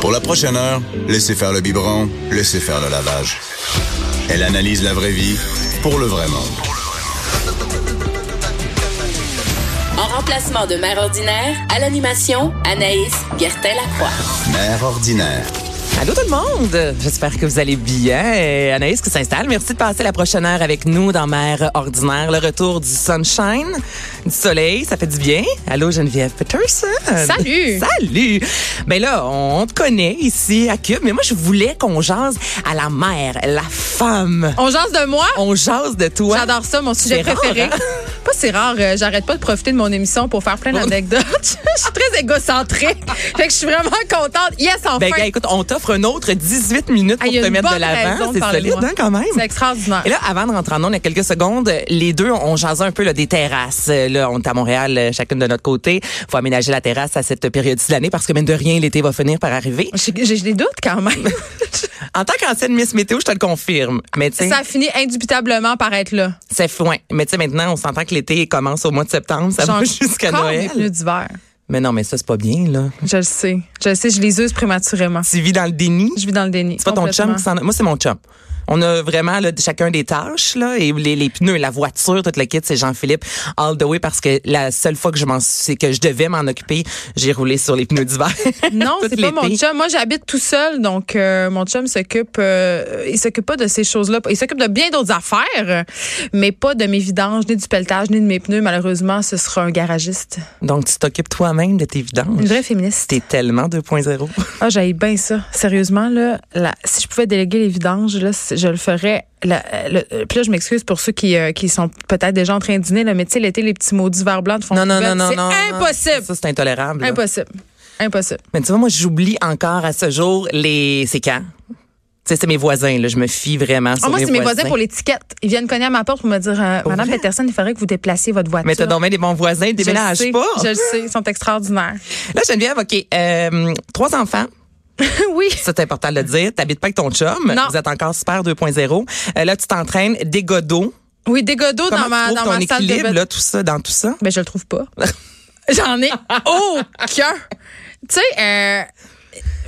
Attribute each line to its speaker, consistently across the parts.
Speaker 1: Pour la prochaine heure, laissez faire le biberon, laissez faire le lavage. Elle analyse la vraie vie pour le vrai monde.
Speaker 2: En remplacement de mère ordinaire, à l'animation, Anaïs Gertin-Lacroix.
Speaker 1: Mère ordinaire.
Speaker 3: Allô tout le monde! J'espère que vous allez bien. Et Anaïs qui s'installe, merci de passer la prochaine heure avec nous dans Mère Ordinaire. Le retour du sunshine, du soleil, ça fait du bien. Allô Geneviève Peterson!
Speaker 4: Salut!
Speaker 3: Salut! Ben là, on te connaît ici à Cube, mais moi je voulais qu'on jase à la mère, la femme.
Speaker 4: On jase de moi.
Speaker 3: On jase de toi.
Speaker 4: J'adore ça, mon sujet
Speaker 3: C'est rare,
Speaker 4: préféré.
Speaker 3: hein?
Speaker 4: Pas si rare, euh, j'arrête pas de profiter de mon émission pour faire
Speaker 3: Oh.
Speaker 4: plein d'anecdotes. je suis très égocentrée. fait que je suis vraiment contente. Yes, enfin.
Speaker 3: Ben, gars, écoute, on t'offre un autre 18 minutes
Speaker 4: Ah,
Speaker 3: pour
Speaker 4: il y a
Speaker 3: te
Speaker 4: une
Speaker 3: mettre de
Speaker 4: bonne raison
Speaker 3: l'avant.
Speaker 4: de
Speaker 3: C'est
Speaker 4: parler de
Speaker 3: solide,
Speaker 4: moi.
Speaker 3: hein, quand même.
Speaker 4: C'est extraordinaire.
Speaker 3: Et là, avant de rentrer en ondes, il y a quelques secondes, les deux, on jasait un peu là, des terrasses. Euh, Là, on est à Montréal, euh, chacune de notre côté. faut aménager la terrasse à cette période-ci de l'année parce que, même de rien, l'été va finir par arriver.
Speaker 4: J'ai j'ai des doutes quand même.
Speaker 3: En tant qu'ancienne Miss Météo, je te le confirme. Mais tu sais,
Speaker 4: ça finit indubitablement par être là.
Speaker 3: c'est foin. Mais tu sais, maintenant, on s'entend que l'été commence au mois de septembre. Ça va jusqu'à
Speaker 4: corps des
Speaker 3: Noël.
Speaker 4: pneus d'hiver.
Speaker 3: Mais non, mais ça, c'est pas bien, là.
Speaker 4: Je le sais. Je le sais, je les use prématurément.
Speaker 3: Tu vis dans le déni.
Speaker 4: Je vis dans le déni.
Speaker 3: C'est pas ton chum
Speaker 4: complètement.
Speaker 3: qui s'en a- Moi, c'est mon chum. On a vraiment là, chacun des tâches là et les, les pneus, la voiture, toute le kit, c'est Jean-Philippe all the way parce que la seule fois que je m'en c'est que je devais m'en occuper, j'ai roulé sur les pneus d'hiver.
Speaker 4: Non,
Speaker 3: Tout
Speaker 4: c'est pas mon
Speaker 3: l'été.
Speaker 4: chum. Moi, j'habite tout seul, donc euh, mon chum s'occupe. euh, il s'occupe pas de ces choses-là. Il s'occupe de bien d'autres affaires, euh, mais pas de mes vidanges, ni du pelletage, ni de mes pneus. Malheureusement, ce sera un garagiste.
Speaker 3: Donc tu t'occupes toi-même de tes
Speaker 4: Une
Speaker 3: vidanges.
Speaker 4: vraie féministe.
Speaker 3: T'es tellement 2.0.
Speaker 4: Ah, j'aille bien ça. Sérieusement, là, la- si je pouvais déléguer les vidanges, là, c- je le ferais. La- euh, le- puis là, je m'excuse pour ceux qui, euh, qui sont peut-être déjà en train de dîner, là, mais tu sais, l'été, les petits maudits verres blancs de fond de
Speaker 3: Non non non
Speaker 4: poubelle,
Speaker 3: non non.
Speaker 4: C'est
Speaker 3: non.
Speaker 4: impossible.
Speaker 3: Ben, Ça c'est intolérable. là.
Speaker 4: Impossible. Impossible.
Speaker 3: Mais tu vois moi j'oublie encore à ce jour les c'est quand. Tu sais c'est mes voisins là, je me fie vraiment sur
Speaker 4: Ah, moi,
Speaker 3: mes
Speaker 4: c'est mes voisins pour l'étiquette. Ils viennent cogner à ma porte pour me dire euh, Madame
Speaker 3: vrai?
Speaker 4: Peterson, il faudrait que vous déplaciez votre voiture.
Speaker 3: Mais t'as donc bien des bons voisins,
Speaker 4: Je le sais,
Speaker 3: déménage pas.
Speaker 4: Je le sais, ils sont extraordinaires.
Speaker 3: Là Geneviève, ok, euh, trois enfants.
Speaker 4: oui.
Speaker 3: Ça, c'est important de le dire. T'habites pas avec ton chum.
Speaker 4: Non.
Speaker 3: Vous êtes encore super 2.0. Euh, là, tu t'entraînes des godots.
Speaker 4: Oui, des godots
Speaker 3: Comment
Speaker 4: dans ma,
Speaker 3: tu
Speaker 4: dans
Speaker 3: trouves
Speaker 4: ma
Speaker 3: ton
Speaker 4: salle de
Speaker 3: équilibre,
Speaker 4: bain.
Speaker 3: là, tout ça, dans tout ça?
Speaker 4: Ben, je le trouve pas. J'en ai aucun. Tu sais, euh,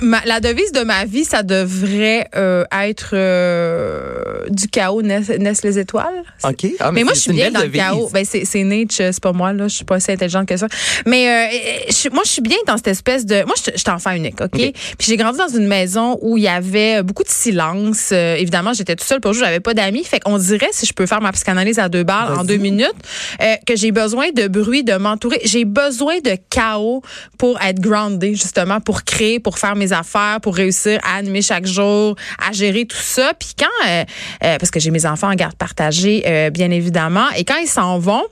Speaker 4: ma- la devise de ma vie, ça devrait euh, être euh, du chaos naissent, naissent les étoiles.
Speaker 3: OK. Ah,
Speaker 4: mais moi,
Speaker 3: c'est- c'est
Speaker 4: je suis
Speaker 3: une
Speaker 4: bien
Speaker 3: belle
Speaker 4: dans
Speaker 3: devise.
Speaker 4: le chaos. Ben, c'est c'est Nietzsche, c'est pas moi, là. Je suis pas assez intelligente que ça. Mais euh, je suis- moi, je suis bien dans cette espèce de. Moi, je je suis enfant unique, OK?
Speaker 3: Ok.
Speaker 4: Puis j'ai grandi dans une maison où il y avait beaucoup de silence. Euh, évidemment, j'étais toute seule pour jouer, j'avais pas d'amis. Fait qu'on dirait, si je peux faire ma psychanalyse à deux balles en
Speaker 3: Vas-y.
Speaker 4: deux minutes, euh, que j'ai besoin de bruit, de m'entourer. J'ai besoin de chaos pour être groundée, justement, pour créer, pour faire mes affaires, pour réussir à animer chaque jour, à gérer tout ça. Puis quand, euh, euh, parce que j'ai mes enfants en garde partagée, euh, bien évidemment, et quand ils s'en vont,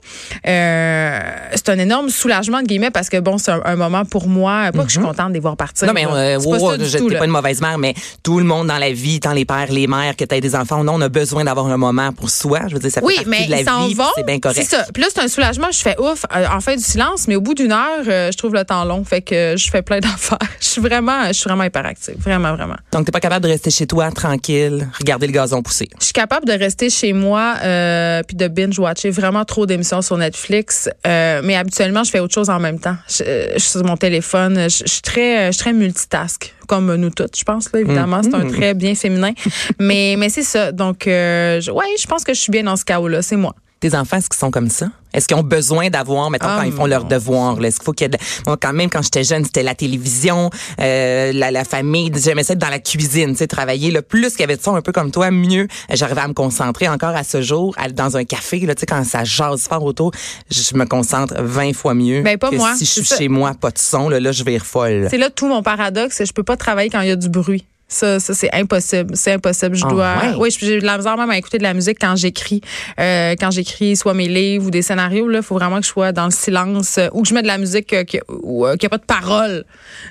Speaker 4: euh, c'est un énorme soulagement, de guillemets, parce que bon, c'est un, un moment pour moi. Pas que je suis contente de les voir partir.
Speaker 3: Mhm. Non, mais
Speaker 4: là.
Speaker 3: euh,
Speaker 4: C'est pas
Speaker 3: wow,
Speaker 4: ça du
Speaker 3: je
Speaker 4: tout,
Speaker 3: t'es
Speaker 4: là.
Speaker 3: pas une mauvaise mère, mais tout le monde dans la vie, tant les pères, les mères, que t'aies des enfants ou non, on a besoin d'avoir un moment pour soi. Je veux dire, ça fait
Speaker 4: Oui,
Speaker 3: partie
Speaker 4: mais
Speaker 3: de la
Speaker 4: ils s'en
Speaker 3: vie,
Speaker 4: vont.
Speaker 3: puis c'est bien correct.
Speaker 4: ça. Puis là, c'est un soulagement. Je fais ouf, euh, en fait du silence, mais au bout d'une heure, euh, je trouve le temps long. Fait que euh, je fais plein d'affaires. Je suis vraiment, je suis vraiment hyperactive. Vraiment, vraiment.
Speaker 3: Donc, t'es pas capable de rester chez toi, tranquille, regarder le gazon pousser.
Speaker 4: Je suis capable de rester chez moi euh, puis de binge-watcher vraiment trop d'émissions sur Netflix. Euh, mais habituellement, je fais autre chose en même temps. Je, euh, je suis sur mon téléphone. Je, je suis très, euh, je suis très multitask, comme nous toutes, je pense. Là, évidemment, c'est un trait bien féminin. mais mais c'est ça. Donc, euh, je- ouais, je pense que je suis bien dans ce chaos-là. C'est moi.
Speaker 3: Tes enfants, est-ce qu'ils sont comme ça? Est-ce qu'ils ont besoin d'avoir, mettons,
Speaker 4: Ah,
Speaker 3: quand ils font leurs devoirs? là? Est-ce qu'il faut qu'il y ait de... Moi, quand même, quand j'étais jeune, c'était la télévision, euh, la, la famille. J'aimais ça être dans la cuisine, tu sais, travailler. Le plus qu'il y avait de ça, un peu comme toi, mieux j'arrivais à me concentrer encore à ce jour, à- dans un café, là, tu sais, quand ça jase fort autour, je me concentre 20 fois mieux
Speaker 4: Ben, pas
Speaker 3: que
Speaker 4: moi,
Speaker 3: si je
Speaker 4: c'est
Speaker 3: suis
Speaker 4: ça.
Speaker 3: chez moi, pas de son, là, là je vais folle.
Speaker 4: C'est là tout mon paradoxe, c'est que je peux pas travailler quand il y a du bruit. Ça, ça c'est impossible. C'est impossible. Je
Speaker 3: Ah,
Speaker 4: dois.
Speaker 3: ouais.
Speaker 4: Oui, j'ai de la misère même à écouter de la musique quand j'écris. Euh, quand j'écris soit mes livres ou des scénarios, là, faut vraiment que je sois dans le silence euh, ou que je mette de la musique euh, qui, ou, euh, qui a pas de parole.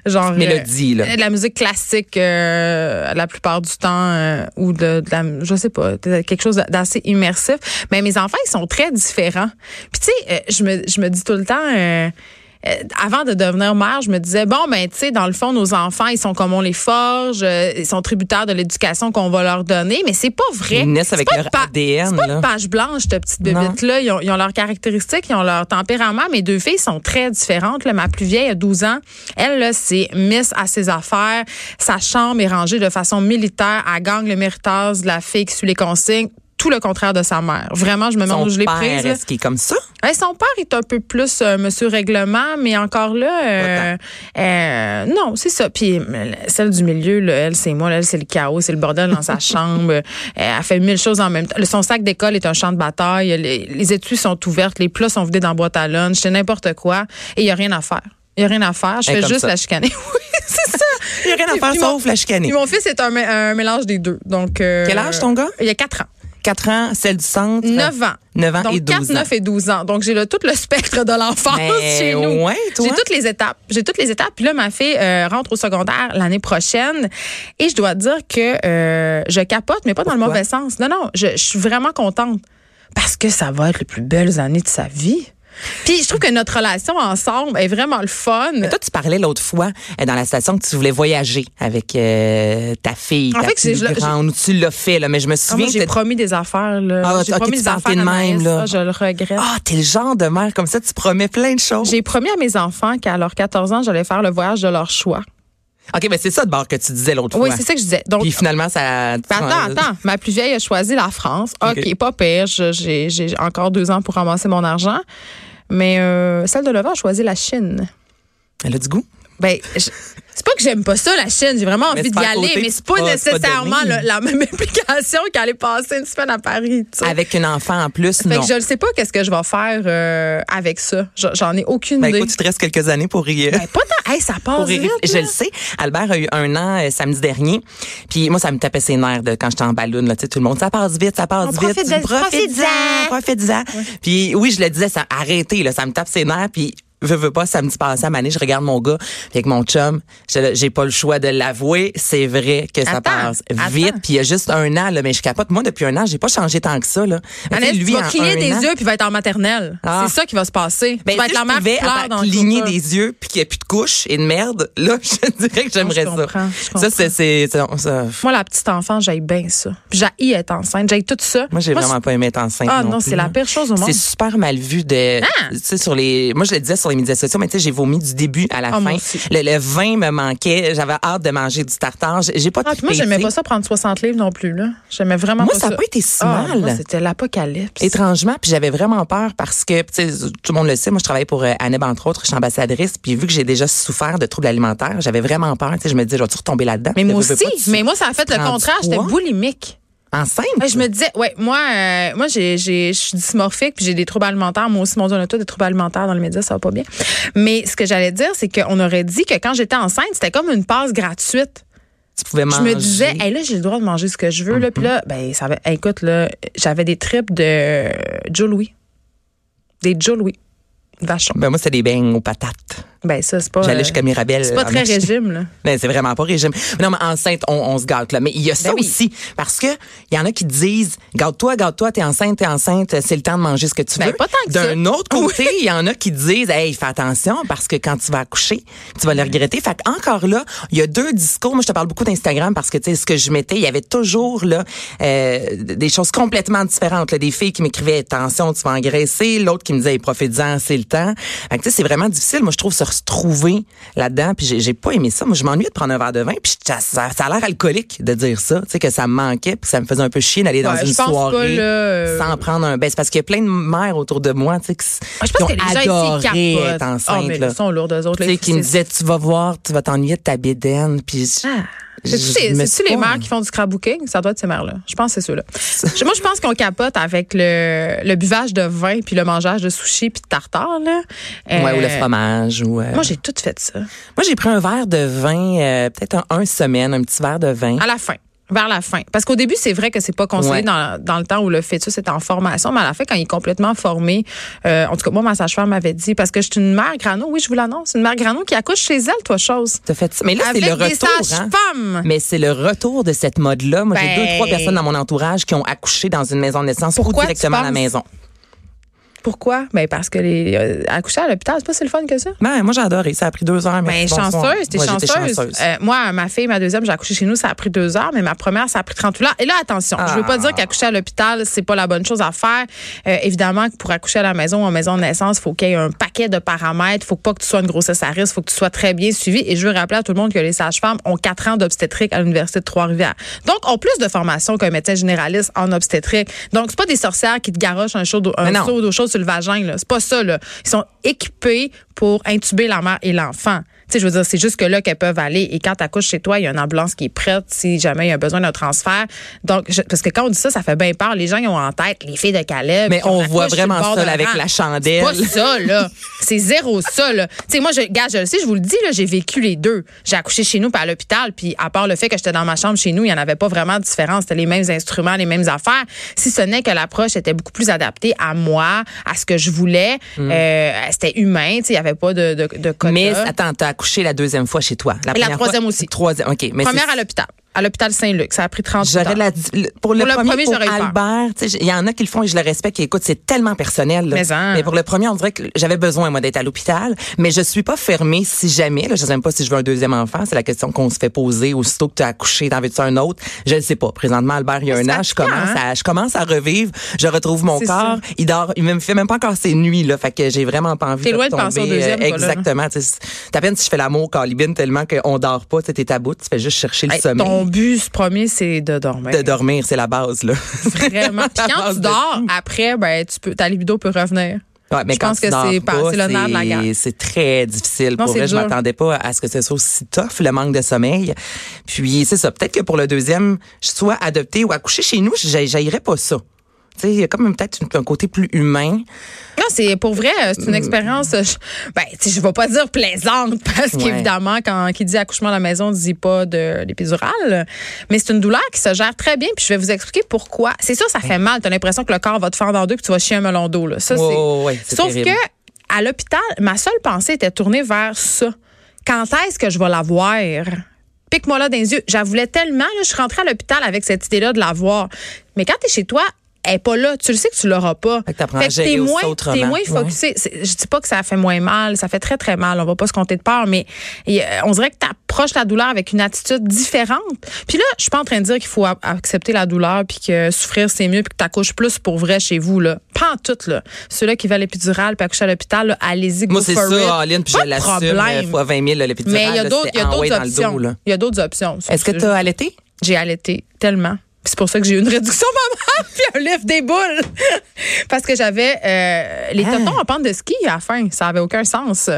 Speaker 4: Genre.
Speaker 3: Mélodie, là.
Speaker 4: euh, de la musique classique euh, la plupart du temps euh, ou de, de la, je sais pas, de- quelque chose d'assez immersif. Mais mes enfants, ils sont très différents. Puis tu sais, euh, je me, je me dis tout le temps. euh, euh, avant de devenir mère, je me disais, bon, ben, tu sais, dans le fond, nos enfants, ils sont comme on les forge, euh, ils sont tributaires de l'éducation qu'on va leur donner, mais c'est pas vrai.
Speaker 3: Ils naissent
Speaker 4: C'est
Speaker 3: avec
Speaker 4: pas
Speaker 3: leur
Speaker 4: une pa-
Speaker 3: ADN,
Speaker 4: C'est pas
Speaker 3: là.
Speaker 4: une page blanche, cette petite bébite-là. Ils ont, ils ont leurs caractéristiques, ils ont leur tempérament. Mes deux filles sont très différentes. là. Ma plus vieille a 12 ans. Elle, là, c'est miss à ses affaires. Sa chambre est rangée de façon militaire. Elle gagne le méritage de la fille qui suit les consignes. Tout le contraire de sa mère. Vraiment, je me demande
Speaker 3: Son
Speaker 4: où je l'ai
Speaker 3: père,
Speaker 4: prise. là.
Speaker 3: est-ce qu'il est comme ça?
Speaker 4: Ouais, son père est un peu plus euh, monsieur règlement, mais encore là, euh, euh, non, c'est ça. Puis euh, celle du milieu, là, elle, c'est moi, là, elle, c'est le chaos, c'est le bordel dans sa chambre. Euh, Elle fait mille choses en même temps. Le- Son sac d'école est un champ de bataille. Les, les étuis sont ouvertes, les plats sont vidés dans la boîte à lunch, c'est n'importe quoi. Et il n'y a rien à faire. Il n'y a rien à faire. Je
Speaker 3: Elle est
Speaker 4: fais
Speaker 3: comme
Speaker 4: juste
Speaker 3: ça.
Speaker 4: la chicaner. Oui, c'est ça.
Speaker 3: Il n'y a rien à faire
Speaker 4: Puis mon-
Speaker 3: sauf la chicaner.
Speaker 4: Puis mon fils est un, mé- un mélange des deux. Donc, euh,
Speaker 3: Quel âge, ton gars?
Speaker 4: Il a 4 ans.
Speaker 3: 4 ans, celle du centre.
Speaker 4: 9 ans.
Speaker 3: 9 ans
Speaker 4: Donc,
Speaker 3: et 12
Speaker 4: 4,
Speaker 3: ans.
Speaker 4: 9 et 12 ans. Donc, j'ai le, tout le spectre de l'enfance
Speaker 3: Mais
Speaker 4: chez nous.
Speaker 3: ouais, toi.
Speaker 4: j'ai toutes les étapes. J'ai toutes les étapes. Puis là, ma fille euh, rentre au secondaire l'année prochaine. Et je dois dire que euh, je capote, mais pas dans le
Speaker 3: Pourquoi?
Speaker 4: mauvais sens. Non, non, je, je suis vraiment contente. Parce que ça va être les plus belles années de sa vie. Puis je trouve que notre relation ensemble est vraiment le fun.
Speaker 3: Toi, tu parlais l'autre fois euh, dans la station que tu voulais voyager avec euh, ta fille,
Speaker 4: En
Speaker 3: ta
Speaker 4: fait,
Speaker 3: plus
Speaker 4: je l'ai- je-
Speaker 3: grande, ou tu l'as fait, là, mais je me
Speaker 4: Ah, moi,
Speaker 3: souviens que
Speaker 4: j'ai
Speaker 3: t'as-
Speaker 4: promis des affaires. Là.
Speaker 3: Ah,
Speaker 4: j'ai
Speaker 3: ok,
Speaker 4: promis
Speaker 3: tu
Speaker 4: des
Speaker 3: t'en
Speaker 4: affaires.
Speaker 3: fais de
Speaker 4: Anaïs.
Speaker 3: même, là.
Speaker 4: Ah, je le regrette.
Speaker 3: Ah, t'es le genre de mère comme ça, tu promets plein de choses.
Speaker 4: J'ai promis à mes enfants qu'à leurs 14 ans, j'allais faire le voyage de leur choix.
Speaker 3: OK, mais c'est ça de bord que tu disais l'autre
Speaker 4: Oui,
Speaker 3: fois.
Speaker 4: c'est ça que je disais. Donc,
Speaker 3: Puis finalement, ça.
Speaker 4: Ben, attends, attends. Ma plus vieille a choisi la France. OK,
Speaker 3: Ok.
Speaker 4: pas pire. Je- J'ai j'ai encore deux ans pour ramasser mon argent. Mais euh, celle de l'avant a choisi la Chine.
Speaker 3: Elle a du goût.
Speaker 4: Ben, je- c'est pas que j'aime pas ça, la Chine. J'ai vraiment
Speaker 3: Mais c'est
Speaker 4: envie d'y
Speaker 3: pas à
Speaker 4: aller,
Speaker 3: côté,
Speaker 4: mais
Speaker 3: puis
Speaker 4: c'est pas,
Speaker 3: c'est pas- c'est pas
Speaker 4: nécessairement
Speaker 3: donné.
Speaker 4: le- la même implication qu'aller passer une semaine à Paris. tu sais.
Speaker 3: Avec un enfant en plus,
Speaker 4: Fait
Speaker 3: non.
Speaker 4: que je ne sais pas qu'est-ce que je vais faire euh, avec ça. Je- J'en ai aucune
Speaker 3: Ben,
Speaker 4: idée.
Speaker 3: écoute, tu te restes quelques années pour y. euh,
Speaker 4: Ben, pas tant. Hey, ça passe
Speaker 3: pour y-
Speaker 4: vite,
Speaker 3: je
Speaker 4: là.
Speaker 3: le sais. Albert a eu un an euh, samedi dernier. Puis moi, ça me tapait ses nerfs de, quand j'étais en ballon. Là, tu sais, tout le monde, ça passe vite, ça passe
Speaker 4: On
Speaker 3: vite.
Speaker 4: profite de-
Speaker 3: Profite-en, profite-en. Puis oui, je le disais, ça, arrêtez, là, ça me tape ses nerfs. Puis veux, veux pas, samedi passé, à Mané, je regarde mon gars. Puis avec mon chum, je- j'ai pas le choix de l'avouer. C'est vrai que ça
Speaker 4: Attends,
Speaker 3: passe
Speaker 4: attends.
Speaker 3: vite. Puis il y a juste un an, là, mais je capote. Moi, depuis un an, j'ai pas changé tant que ça. Là. Mais tu sais,
Speaker 4: Anaïs, tu vas
Speaker 3: en
Speaker 4: cligner
Speaker 3: un
Speaker 4: des
Speaker 3: an-
Speaker 4: yeux puis il va être en maternelle.
Speaker 3: Ah.
Speaker 4: C'est ça qui va se passer.
Speaker 3: ben,
Speaker 4: tu vas
Speaker 3: si
Speaker 4: être la
Speaker 3: je
Speaker 4: mère qui
Speaker 3: pouvais
Speaker 4: pleure dans le
Speaker 3: cligner
Speaker 4: couloir.
Speaker 3: des yeux puis qu'il n'y ait plus de couches et de merde, là, je dirais que j'aimerais
Speaker 4: Non, je
Speaker 3: ça.
Speaker 4: comprends, je
Speaker 3: Ça, c'est, c'est, c'est- non, ça.
Speaker 4: Moi, la petite enfance, j'aille bien ça. Puis J'haïs être enceinte, j'aille tout ça.
Speaker 3: Moi, j'ai
Speaker 4: c'est-
Speaker 3: vraiment pas aimé être enceinte.
Speaker 4: Ah non,
Speaker 3: non
Speaker 4: c'est
Speaker 3: plus,
Speaker 4: la
Speaker 3: là.
Speaker 4: pire chose au monde. Ah!
Speaker 3: C'est super mal vu de, tu sais, sur les, moi, je le disais sur les médias sociaux, mais tu sais, j'ai vomi du début à la
Speaker 4: Ah, moi
Speaker 3: fin.
Speaker 4: aussi.
Speaker 3: Le, le vin me manquait, j'avais hâte de manger du tartare, j'ai j'ai pas
Speaker 4: Ah, puis moi,
Speaker 3: trippé,
Speaker 4: j'aimais
Speaker 3: tu sais.
Speaker 4: pas ça prendre 60 livres non plus, là. J'aimais vraiment
Speaker 3: Moi,
Speaker 4: pas ça.
Speaker 3: ça a pas été si
Speaker 4: Ah,
Speaker 3: mal.
Speaker 4: moi, c'était l'apocalypse.
Speaker 3: Étrangement, puis j'avais vraiment peur parce que, tu sais, tout le monde le sait, moi je travaille pour euh, Aneb, entre autres, je suis ambassadrice, puis vu que j'ai déjà souffert de troubles alimentaires, j'avais vraiment peur, tu sais, je me disais, je vais-tu retomber là-dedans?
Speaker 4: Mais
Speaker 3: Je
Speaker 4: moi
Speaker 3: veux
Speaker 4: aussi,
Speaker 3: pas, tu-
Speaker 4: mais moi, ça a fait le
Speaker 3: prends du
Speaker 4: contraire. J'étais
Speaker 3: poids.
Speaker 4: boulimique.
Speaker 3: Enceinte?
Speaker 4: Ouais, je me disais, ouais, moi, euh, moi, j'ai, j'ai, je suis dysmorphique puis j'ai des troubles alimentaires. Moi aussi, mon Dieu, on a tous des troubles alimentaires dans les médias, ça va pas bien. Mais ce que j'allais dire, c'est qu'on aurait dit que quand j'étais enceinte, c'était comme une passe gratuite.
Speaker 3: tu pouvais
Speaker 4: Je
Speaker 3: manger.
Speaker 4: me disais, hey, là, j'ai le droit de manger ce que je veux, là. Puis là, ben, ça va, hey, écoute, là, j'avais des tripes de euh, Joe Louis. Des Joe Louis. Vachon.
Speaker 3: Ben moi c'était des beignes aux patates.
Speaker 4: Ben, ça, c'est pas.
Speaker 3: J'allais
Speaker 4: euh,
Speaker 3: jusqu'à Mirabelle.
Speaker 4: C'est pas
Speaker 3: en
Speaker 4: très
Speaker 3: marchant.
Speaker 4: régime, là.
Speaker 3: Ben, c'est vraiment pas régime. Non mais enceinte on, on se gâte là, mais il y a ça
Speaker 4: Ben oui.
Speaker 3: aussi parce que il y en a qui disent gâte-toi, gâte-toi, t'es enceinte, t'es enceinte, c'est le temps de manger ce que tu
Speaker 4: Ben,
Speaker 3: veux.
Speaker 4: pas tant que ça.
Speaker 3: D'un autre côté, il y en a qui disent hey fais attention parce que quand tu vas accoucher, tu vas le regretter. Fait encore là, il y a deux discours. Moi je te parle beaucoup d'Instagram parce que tu sais ce que je mettais, il y avait toujours là euh, des choses complètement différentes. là. des filles qui m'écrivaient attention tu vas engraisser, l'autre qui me disait hey, profite-en, c'est le temps. Fait que, tu sais, c'est vraiment difficile. Moi je trouve se retrouver là-dedans. Puis j'ai- j'ai pas aimé ça. Moi je m'ennuie de prendre un verre de vin. Puis ça, ça- ça a l'air alcoolique de dire ça. Tu sais que ça me manquait. Puis ça me faisait un peu chier d'aller dans
Speaker 4: Ouais,
Speaker 3: une
Speaker 4: je pense pas,
Speaker 3: soirée
Speaker 4: là, euh,
Speaker 3: sans prendre un. Ben c'est parce qu'il y a plein de mères autour de moi tu sais qui, s-
Speaker 4: Ah, je
Speaker 3: qui
Speaker 4: pense
Speaker 3: ont
Speaker 4: que les gens
Speaker 3: adoré
Speaker 4: ici ils
Speaker 3: être
Speaker 4: capotent.
Speaker 3: enceintes.
Speaker 4: Ah, mais
Speaker 3: là.
Speaker 4: ils sont lourds, d'eux autres.
Speaker 3: Tu
Speaker 4: là,
Speaker 3: sais, qui me
Speaker 4: c'est-
Speaker 3: disaient, tu vas voir, tu vas t'ennuyer de ta bédaine. Puis je-
Speaker 4: Ah.
Speaker 3: je
Speaker 4: C'est-tu les-
Speaker 3: me suis
Speaker 4: C'est-tu les
Speaker 3: pas-
Speaker 4: mères qui font du scrapbooking? Ça doit être ces mères-là. Je pense que c'est ceux-là. Je- Moi, je pense qu'on capote avec le, le buvage de vin puis le mangeage de sushi puis de tartare. Là. Euh,
Speaker 3: Ouais, ou le fromage. Ou, euh,
Speaker 4: Moi, j'ai tout fait ça.
Speaker 3: Moi, j'ai pris un verre de vin, euh, peut-être un, un semaine, un petit verre de vin.
Speaker 4: À la fin. Vers la fin. Parce qu'au début, c'est vrai que c'est pas conseillé
Speaker 3: Ouais.
Speaker 4: dans, dans le temps où le fœtus est en formation, mais à la fin, quand il est complètement formé, euh, en tout cas, moi, ma sage-femme m'avait dit, parce que je suis une mère grano, oui, je vous l'annonce, une mère grano qui accouche chez elle, toi, chose.
Speaker 3: T'as fait ça. Mais là, c'est
Speaker 4: Avec
Speaker 3: le
Speaker 4: des
Speaker 3: retour. hein.
Speaker 4: sages-femmes.
Speaker 3: Mais c'est le retour de cette mode-là. Moi, j'ai
Speaker 4: Ben.
Speaker 3: deux, trois personnes dans mon entourage qui ont accouché dans une maison de naissance ou
Speaker 4: Pourquoi tu
Speaker 3: directement à la
Speaker 4: penses?
Speaker 3: maison.
Speaker 4: Pourquoi? Ben parce que les euh, accoucher à l'hôpital, c'est pas si le fun que ça.
Speaker 3: Ben, moi, j'ai adoré. Ça a pris deux heures. mais
Speaker 4: Ben,
Speaker 3: bonsoir.
Speaker 4: chanceuse, t'es
Speaker 3: Moi, j'étais
Speaker 4: chanceuse. Euh, moi, ma fille, ma deuxième, j'ai accouché chez nous, ça a pris deux heures, mais ma première, ça a pris 38 heures. Et là, attention, je veux pas
Speaker 3: Ah.
Speaker 4: dire qu'accoucher à l'hôpital, c'est pas la bonne chose à faire. Euh, évidemment que pour accoucher à la maison ou en maison de naissance, faut qu'il y ait un paquet de paramètres. Faut pas que tu sois une grossesse à risque. Faut que tu sois très bien suivi. Et je veux rappeler à tout le monde que les sages-femmes ont quatre ans d'obstétrique à l'Université de Trois-Rivières. Donc, ont plus de formation qu'un médecin généraliste en obstétrique. Donc, c'est pas des sorcières qui te garochent un, chaud, un
Speaker 3: Mais non.
Speaker 4: seau d'eau chaude sur le vagin. là. C'est pas ça. Là. Ils sont équipés pour intuber la mère et l'enfant. Tu sais, je veux dire, c'est jusque là qu'elles peuvent aller. Et quand t'accouches chez toi, il y a une ambulance qui est prête si jamais il y a besoin d'un transfert. Donc, je- parce que quand on dit ça, ça fait bien peur. Les gens ils ont en tête les filles de Caleb.
Speaker 3: Mais
Speaker 4: qui
Speaker 3: on
Speaker 4: accouche
Speaker 3: voit
Speaker 4: sur le
Speaker 3: vraiment
Speaker 4: bord
Speaker 3: ça,
Speaker 4: de
Speaker 3: là, avec
Speaker 4: rampe.
Speaker 3: la
Speaker 4: C'est
Speaker 3: chandelle.
Speaker 4: pas ça, là. C'est zéro ça, là. Tu sais, moi, je, gars, je le sais, je vous le dis, là, j'ai vécu les deux. J'ai accouché chez nous, puis à l'hôpital, puis à part le fait que j'étais dans ma chambre chez nous, il n'y en avait pas vraiment de différence. C'était les mêmes instruments, les mêmes affaires. Si ce n'est que l'approche était beaucoup plus adaptée à moi, à ce que je voulais. Euh, c'était humain, tu sais, il n'y avait pas de, de, de quota.
Speaker 3: Hmm. Mais attends, t'as accouché la deuxième fois chez toi. La,
Speaker 4: Et la
Speaker 3: première
Speaker 4: troisième
Speaker 3: fois-
Speaker 4: aussi.
Speaker 3: Troisième, OK. Mais
Speaker 4: Première
Speaker 3: c'est-
Speaker 4: à l'hôpital. À l'hôpital Saint-Luc. Ça a pris 30
Speaker 3: J'aurais
Speaker 4: ans.
Speaker 3: de la di- le- pour le
Speaker 4: Pour le
Speaker 3: premier,
Speaker 4: premier,
Speaker 3: pour
Speaker 4: j'aurais eu peur.
Speaker 3: Albert, tu sais, il y en a qui le font et je le respecte. Et écoute, c'est tellement personnel. là.
Speaker 4: Mais hein. en.
Speaker 3: pour le premier, on dirait que j'avais besoin moi d'être à l'hôpital, mais je suis pas fermée si jamais. Là, je sais même pas si je veux un deuxième enfant. C'est la question qu'on se fait poser aussitôt que tu as accouché. T'en veux-tu un autre Je ne sais pas. Présentement, Albert, il y a un
Speaker 4: Mais c'est
Speaker 3: an, je
Speaker 4: fatigant,
Speaker 3: commence
Speaker 4: hein?
Speaker 3: à je commence à revivre. Je retrouve mon
Speaker 4: C'est
Speaker 3: corps. Il dort. Il me fait même pas encore ses nuits là. Fait que j'ai vraiment pas envie.
Speaker 4: T'es
Speaker 3: de
Speaker 4: loin de penser au
Speaker 3: retomber, euh,
Speaker 4: deuxième, toi, là, là.
Speaker 3: Exactement. tu sais, c'est- à peine si je fais l'amour calibine tellement qu'on dort pas. Tu es à bout. Tu fais juste chercher le
Speaker 4: Hey,
Speaker 3: sommeil
Speaker 4: ton but premier, c'est de dormir.
Speaker 3: de dormir, c'est la base là.
Speaker 4: Vraiment. Puis
Speaker 3: La
Speaker 4: quand
Speaker 3: base
Speaker 4: tu
Speaker 3: de
Speaker 4: dors, après, ben, tu peux, ta libido peut revenir.
Speaker 3: Ouais, mais
Speaker 4: Je
Speaker 3: quand
Speaker 4: pense
Speaker 3: tu
Speaker 4: que
Speaker 3: dors
Speaker 4: c'est par-
Speaker 3: pas,
Speaker 4: c'est le nerf de la
Speaker 3: c'est-
Speaker 4: guerre.
Speaker 3: C'est très difficile.
Speaker 4: Non,
Speaker 3: pour
Speaker 4: c'est
Speaker 3: vrai, je
Speaker 4: dur.
Speaker 3: m'attendais pas à ce que ce soit aussi tough, le manque de sommeil. Puis c'est ça. Peut-être que pour le deuxième, je sois adoptée ou accouchée chez nous, j'a- j'haïrais pas ça. Tu sais, il y a comme peut-être une- un côté plus humain.
Speaker 4: Non, c'est pour vrai, euh, c'est une expérience. euh, je- Ben, tu sais, je vais pas dire plaisante parce
Speaker 3: Ouais.
Speaker 4: qu'évidemment, quand qui dit accouchement à la maison, dit pas de l'épidurale. Mais c'est une douleur qui se gère très bien. Puis je vais vous expliquer pourquoi. C'est sûr, ça fait mal. T'as l'impression que le corps va te fendre en deux puis tu vas chier un melon d'eau. Là. Ça,
Speaker 3: Ouais,
Speaker 4: c'est-
Speaker 3: ouais, ouais, c'est
Speaker 4: Sauf
Speaker 3: terrible.
Speaker 4: que à l'hôpital, ma seule pensée était tournée vers ça. Quand est-ce que je vais l'avoir? Pique-moi là dans les yeux. J'en voulais tellement. Là, je suis rentrée à l'hôpital avec cette idée-là de l'avoir. Mais quand t'es chez toi, elle est pas là. Tu le sais que tu l'auras pas.
Speaker 3: Fait que t'apprends à gérer
Speaker 4: t'es
Speaker 3: aussi
Speaker 4: moins,
Speaker 3: autrement.
Speaker 4: t'es moins
Speaker 3: Ouais.
Speaker 4: focusé. C'est- Je dis pas que ça fait moins mal, ça fait très très mal. On va pas se compter de peur, mais et, euh, on dirait que t'approches la douleur avec une attitude différente. Puis là, je suis pas en train de dire qu'il faut a- accepter la douleur puis que souffrir c'est mieux puis que t'accouches plus pour vrai chez vous là. Pas en tout là. Ceux-là qui veulent l'épidurale puis accoucher à l'hôpital, là, allez-y. go
Speaker 3: Moi, c'est
Speaker 4: for it.
Speaker 3: ça, Aline, puis
Speaker 4: Pas
Speaker 3: je
Speaker 4: de
Speaker 3: l'assume
Speaker 4: problème.
Speaker 3: euh, fois 20 000, là, l'épidurale,
Speaker 4: Mais il y a
Speaker 3: là,
Speaker 4: d'autres, il y a
Speaker 3: c'était envoyé
Speaker 4: d'autres
Speaker 3: dans le dos,
Speaker 4: options.
Speaker 3: là.
Speaker 4: Il y a d'autres options.
Speaker 3: Est-ce que tu as allaité?
Speaker 4: J'ai allaité tellement. Puis C'est pour ça que j'ai eu une réduction maman puis un lift des boules. Parce que j'avais euh, les
Speaker 3: Ah.
Speaker 4: totons en pente de ski à la fin. Ça avait aucun sens.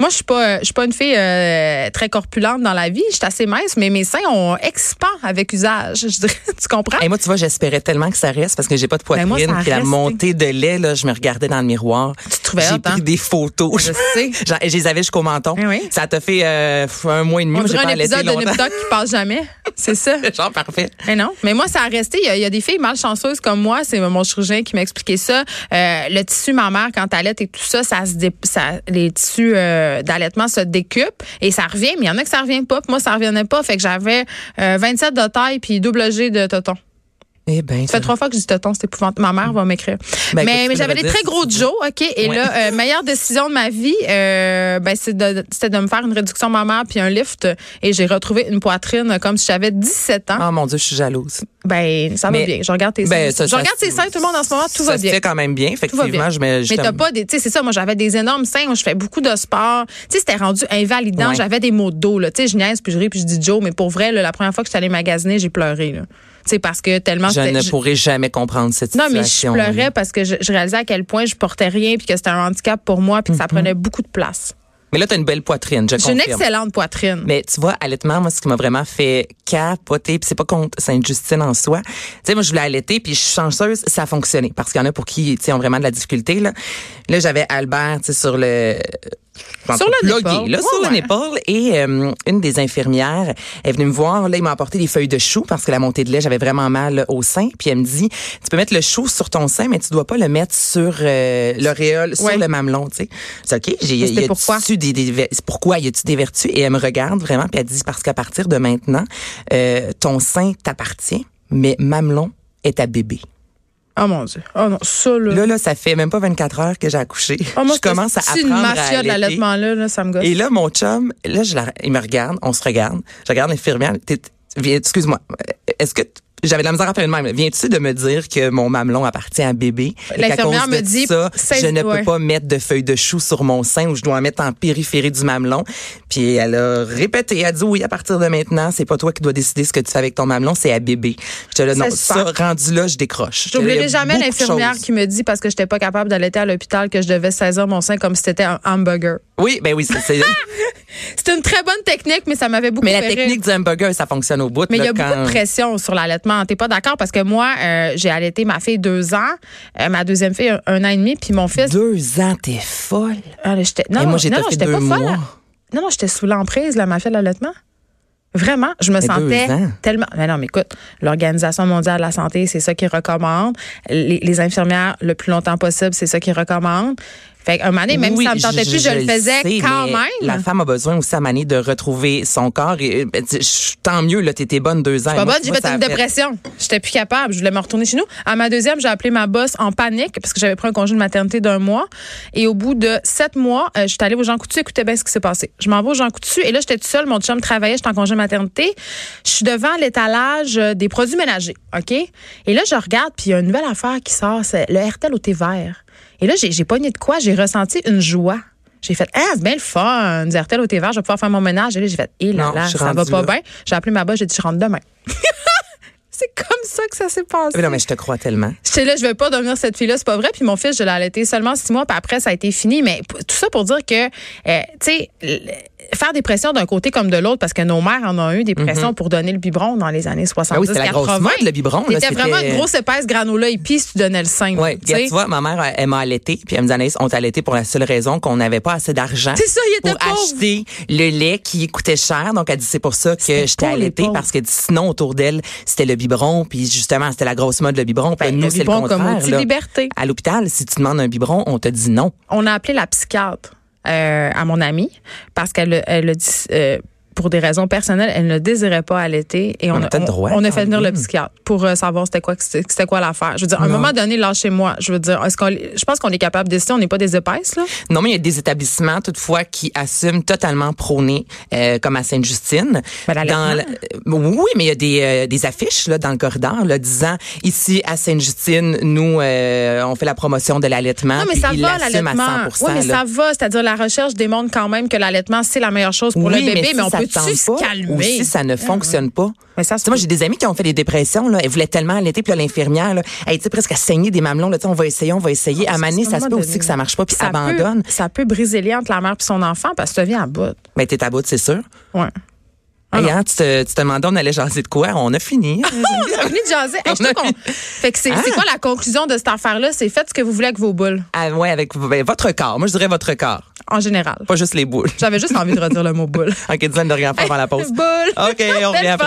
Speaker 4: Moi, je suis pas, je suis pas une fille euh, très corpulente dans la vie. Je suis assez mince, mais mes seins ont expand avec usage. Je dirais, tu comprends?
Speaker 3: Et moi, tu vois, j'espérais tellement que ça reste parce que j'ai pas de
Speaker 4: Ben,
Speaker 3: poitrine.
Speaker 4: moi, ça a
Speaker 3: puis la
Speaker 4: resté.
Speaker 3: montée de lait, là, je me regardais dans le miroir.
Speaker 4: Tu te trouvais
Speaker 3: J'ai
Speaker 4: hot, hein?
Speaker 3: pris des photos.
Speaker 4: Je sais.
Speaker 3: Genre, Je les avais jusqu'au menton.
Speaker 4: Eh oui.
Speaker 3: Ça t'a fait euh, un mois et demi.
Speaker 4: On
Speaker 3: Moi, j'ai
Speaker 4: dirait
Speaker 3: pas
Speaker 4: un
Speaker 3: allaité
Speaker 4: épisode de Nip
Speaker 3: longtemps.
Speaker 4: Tuck qui passe jamais. C'est ça.
Speaker 3: Genre, parfait.
Speaker 4: Mais non, mais moi, ça a resté. Il y a, il y a des filles malchanceuses comme moi. C'est mon chirurgien qui m'a expliqué ça. Euh, le tissu mammaire, quand t'allaites et tout ça, ça se dé- ça, les tissus euh, d'allaitement se décupent et ça revient. Mais il y en a que ça revient pas. Puis Moi, ça revenait pas. Fait que j'avais euh, 27 de taille puis double G de toton.
Speaker 3: Eh ben,
Speaker 4: Ça fait trois fois que je dis toton, c'est épouvantable. Ma mère va m'écrire.
Speaker 3: Ben, écoute,
Speaker 4: mais
Speaker 3: tu
Speaker 4: mais
Speaker 3: peux
Speaker 4: j'avais
Speaker 3: me
Speaker 4: des
Speaker 3: redire
Speaker 4: très
Speaker 3: si
Speaker 4: gros
Speaker 3: tu veux.
Speaker 4: Joe, OK? Et
Speaker 3: Ouais.
Speaker 4: là, euh, meilleure décision de ma vie, euh, ben, c'est de- c'était de, me faire une réduction mammaire puis un lift. Et j'ai retrouvé une poitrine comme si j'avais 17 ans.
Speaker 3: Oh mon Dieu, je suis jalouse.
Speaker 4: Ben, ça va
Speaker 3: Mais-
Speaker 4: bien. Je regarde tes
Speaker 3: Ben,
Speaker 4: seins.
Speaker 3: ça-
Speaker 4: je
Speaker 3: ça-
Speaker 4: regarde tes seins, tout le monde en ce moment, tout
Speaker 3: ça
Speaker 4: va bien.
Speaker 3: se fait quand même bien,
Speaker 4: Tout va
Speaker 3: effectivement.
Speaker 4: bien.
Speaker 3: Je mets- je
Speaker 4: mais t'as
Speaker 3: t'aime-
Speaker 4: pas des. Tu sais, c'est ça, moi, j'avais des énormes seins. Moi, je fais beaucoup de sport. Tu sais, c'était rendu invalidant.
Speaker 3: Ouais.
Speaker 4: J'avais des maux de dos, là. Tu sais, je niaise, puis je ris, puis je dis Joe. Mais pour vrai, là, la première fois que je suis allée magasiner, j'ai pleuré, là. Tu sais, parce que tellement.
Speaker 3: Je
Speaker 4: c'était-
Speaker 3: ne
Speaker 4: je-
Speaker 3: pourrai jamais comprendre cette
Speaker 4: non, mais je
Speaker 3: situation.
Speaker 4: pleurais parce que je, je réalisais à quel point je portais rien, puis que c'était un handicap pour moi, puis que ça prenait beaucoup de place.
Speaker 3: Mais là, t'as une belle poitrine, Mhm. je
Speaker 4: J'ai une
Speaker 3: confirme.
Speaker 4: excellente poitrine.
Speaker 3: Mais tu vois, allaitement, moi, ce qui m'a vraiment fait capoter, puis c'est pas contre Sainte-Justine en soi. Tu sais, moi, je voulais allaiter, puis je suis chanceuse, ça a fonctionné. Parce qu'il y en a pour qui, tu sais, ont vraiment de la difficulté, là. Là, j'avais Albert, tu sais, sur le...
Speaker 4: Sur le
Speaker 3: Blogué,
Speaker 4: nipple.
Speaker 3: Là, sur
Speaker 4: Ouais,
Speaker 3: le
Speaker 4: ouais.
Speaker 3: nipple. Et euh, une des infirmières est venue me voir. Là, il m'a apporté des feuilles de chou parce que la montée de lait, j'avais vraiment mal au sein. Puis elle me dit, tu peux mettre le chou sur ton sein, mais tu dois pas le mettre sur euh, l'auréole,
Speaker 4: Ouais.
Speaker 3: sur le mamelon, tu sais. C'est OK. J'ai,
Speaker 4: Mais c'était
Speaker 3: y a-tu
Speaker 4: pourquoi?
Speaker 3: des, des ver- c'est pourquoi y a-tu des vertus et elle me regarde vraiment puis elle dit c'est parce qu'à partir de maintenant euh, ton sein t'appartient mais mamelon est à bébé.
Speaker 4: Oh mon Dieu. Oh non, ça, là.
Speaker 3: Là, là, ça fait même pas 24 heures que j'ai accouché.
Speaker 4: Oh, moi,
Speaker 3: je commence à
Speaker 4: c'est
Speaker 3: apprendre
Speaker 4: une
Speaker 3: à
Speaker 4: mafia de
Speaker 3: allaiter.
Speaker 4: l'allaitement, là, là, ça me gosse.
Speaker 3: Et là, mon chum, là, je la- il me regarde, on se regarde, je regarde l'infirmière. T'es- t'es- viens- Excuse-moi, est-ce que t- j'avais de la misère à faire une même. Viens-tu de me dire que mon mamelon appartient à bébé? et qu'à
Speaker 4: L'infirmière
Speaker 3: cause de
Speaker 4: me dit,
Speaker 3: ça,
Speaker 4: saisis-
Speaker 3: je ne
Speaker 4: ouais.
Speaker 3: peux pas mettre de feuilles de chou sur mon sein ou je dois en mettre en périphérie du mamelon. Puis elle a répété, elle a dit oui, à partir de maintenant, c'est pas toi qui dois décider ce que tu fais avec ton mamelon, c'est à bébé. J'étais là, non,
Speaker 4: C'est
Speaker 3: ça,
Speaker 4: super.
Speaker 3: rendu là, je décroche. J'étais là, il y a
Speaker 4: J'oublierai jamais
Speaker 3: beaucoup de
Speaker 4: l'infirmière
Speaker 3: choses.
Speaker 4: qui me dit parce que j'étais pas capable d'allaiter à l'hôpital que je devais saisir mon sein comme si c'était un hamburger.
Speaker 3: Oui, ben oui, c'est- c'est...
Speaker 4: C'est une très bonne technique, mais ça m'avait beaucoup
Speaker 3: Mais la
Speaker 4: fait rire.
Speaker 3: technique du hamburger, ça fonctionne au bout.
Speaker 4: Mais il y
Speaker 3: là,
Speaker 4: a beaucoup
Speaker 3: quand-
Speaker 4: de pression sur l'allaitement. T'es pas d'accord? Parce que moi, euh, j'ai allaité ma fille deux ans, euh, ma deuxième fille un, un an et demi, puis mon fils.
Speaker 3: Deux ans, t'es folle.
Speaker 4: Ah, là, j'étais- non,
Speaker 3: Et moi,
Speaker 4: non,
Speaker 3: j'ai
Speaker 4: non,
Speaker 3: toffé
Speaker 4: j'étais
Speaker 3: deux
Speaker 4: pas folle.
Speaker 3: mois.
Speaker 4: Non, non, j'étais sous l'emprise, la mafia de l'allaitement. Vraiment, je me
Speaker 3: Mais deux
Speaker 4: sentais
Speaker 3: ans.
Speaker 4: tellement. Mais non, mais écoute, l'Organisation mondiale de la santé, c'est ça qu'ils recommandent. Les, les infirmières, le plus longtemps possible, c'est ça qu'ils recommandent. Fait qu'un moment donné, même
Speaker 3: Oui,
Speaker 4: si ça me tentait plus, je, le faisais
Speaker 3: sais,
Speaker 4: quand
Speaker 3: mais
Speaker 4: même.
Speaker 3: La femme a besoin aussi à Mané de retrouver son corps. Et, euh, ben, tu- je- tant mieux, là, t'étais bonne deux ans.
Speaker 4: Pas
Speaker 3: Et moi,
Speaker 4: bonne,
Speaker 3: tu
Speaker 4: j'ai
Speaker 3: vois, ça
Speaker 4: fait une
Speaker 3: a fait-
Speaker 4: dépression. J'étais plus capable. Je voulais me retourner chez nous. À ma deuxième, j'ai appelé ma boss en panique parce que j'avais pris un congé de maternité d'un mois. Et au bout de sept mois, euh, je suis allée au Jean Coutu. Écoutez bien ce qui s'est passé. Je m'en vais au Jean Coutu et là, j'étais toute seule. Mon chum travaillait, j'étais en congé de maternité. Je suis devant l'étalage euh, des produits ménagers. OK? Et là, je regarde, puis il y a une nouvelle affaire qui sort. C'est le RTL au thé vert. Et là, j'ai j'ai pogné de quoi? J'ai ressenti une joie. J'ai fait, ah, c'est bien le fun, du RTL au thé vert, je vais pouvoir faire mon ménage. Et là, j'ai fait, hé là
Speaker 3: Non,
Speaker 4: là,
Speaker 3: je suis
Speaker 4: ça va
Speaker 3: rendue
Speaker 4: pas
Speaker 3: là.
Speaker 4: bien. J'ai appelé ma boss, j'ai dit, je rentre demain. C'est comme ça que ça s'est passé.
Speaker 3: Ah, Mais non, mais je te crois tellement.
Speaker 4: J'étais là, je vais pas devenir cette fille-là, c'est pas vrai. Puis mon fils, je l'ai allaité seulement six mois, puis après, ça a été fini. Mais p- tout ça pour dire que, euh, tu sais, l- faire des pressions d'un côté comme de l'autre, parce que nos mères en ont eu des pressions pour donner le biberon dans les années 70.
Speaker 3: Mhm. Ah oui, c'était la grosse
Speaker 4: 80.
Speaker 3: mode, le biberon, là,
Speaker 4: C'était vraiment
Speaker 3: c'était-
Speaker 4: une grosse épaisse granola épice si tu donnais le sein.
Speaker 3: Ouais,
Speaker 4: tu
Speaker 3: regarde,
Speaker 4: sais.
Speaker 3: tu vois, ma mère, elle, elle m'a allaité, puis elle me dit, Anaïs, on t'a allaité pour la seule raison qu'on n'avait pas assez d'argent.
Speaker 4: C'est ça, il était
Speaker 3: Pour
Speaker 4: pauvre.
Speaker 3: acheter le lait qui coûtait cher. Donc, elle dit, c'est pour ça que j'étais
Speaker 4: pour les
Speaker 3: allaitée,
Speaker 4: pauvres.
Speaker 3: parce que sinon, autour d'elle, c'était le biberon, puis justement, c'était la grosse mode, le biberon. Puis
Speaker 4: Ben,
Speaker 3: nous,
Speaker 4: le
Speaker 3: c'est le
Speaker 4: biberon
Speaker 3: contraire.
Speaker 4: comme outil de
Speaker 3: là.
Speaker 4: liberté.
Speaker 3: À l'hôpital, si tu demandes un biberon, on te dit non.
Speaker 4: on a appelé la psychiatre euh, à mon amie parce qu'elle le- elle le dit. euh, pour des raisons personnelles, elle ne désirait pas allaiter et on,
Speaker 3: On a peut-être droit,
Speaker 4: on a
Speaker 3: quand
Speaker 4: fait venir le
Speaker 3: même.
Speaker 4: psychiatre pour euh, savoir c'était quoi que c'était c'était quoi l'affaire. Je veux dire, à un
Speaker 3: Non.
Speaker 4: moment donné, lâchez-moi. Je veux dire, est-ce qu'on, je pense qu'on est capable de décider, on n'est pas des épaisses là.
Speaker 3: Non, mais il y a des établissements, toutefois, qui assument totalement prôner, euh, comme à Sainte-Justine.
Speaker 4: Ben, l'allaitement.
Speaker 3: Dans le- oui, mais il y a des, euh, des affiches là, dans le corridor là, disant, ici, à Sainte-Justine, nous, euh, on fait la promotion de l'allaitement.
Speaker 4: Non, mais
Speaker 3: Ah, Puis
Speaker 4: ça
Speaker 3: ils
Speaker 4: va
Speaker 3: l'assument à
Speaker 4: l'allaitement.
Speaker 3: 100
Speaker 4: Oui, mais
Speaker 3: là.
Speaker 4: ça va. C'est-à-dire la recherche démontre quand même que l'allaitement c'est la meilleure chose pour
Speaker 3: Oui,
Speaker 4: le bébé, mais,
Speaker 3: si
Speaker 4: on
Speaker 3: ça
Speaker 4: peut
Speaker 3: te tente
Speaker 4: se
Speaker 3: pas,
Speaker 4: calmer. Ah.
Speaker 3: Ou si ça ne fonctionne pas.
Speaker 4: Mais ça se
Speaker 3: Tu sais, moi, j'ai des amis qui ont fait des dépressions, là. Elles voulaient tellement allaiter, puis là, l'infirmière, là, elle était presque à saigner des mamelons, là. Tu sais, on va essayer, on va essayer.
Speaker 4: Ah,
Speaker 3: À Mané, ça se peut aussi que ça marche pas, puis
Speaker 4: ça
Speaker 3: abandonne.
Speaker 4: Peut, ça peut briser lien entre la mère et son enfant parce que ça vient à bout.
Speaker 3: Mais t'es à bout, c'est sûr.
Speaker 4: Ouais.
Speaker 3: Hey, hein, tu, te, tu te demandais, on allait jaser de quoi? On a fini.
Speaker 4: On a fini de jaser. Hey, je trouve
Speaker 3: On a
Speaker 4: qu'on- Fait que c'est c'est quoi la conclusion de cette affaire-là? C'est faites ce que vous voulez avec vos boules,
Speaker 3: Ah ouais, avec ben, votre corps. Moi, je dirais votre corps.
Speaker 4: en général.
Speaker 3: Pas juste les boules.
Speaker 4: J'avais juste envie de redire le mot boule.
Speaker 3: OK, dizaine de regards avant la pause.
Speaker 4: Boule!
Speaker 3: OK, on revient
Speaker 4: Belle
Speaker 3: après.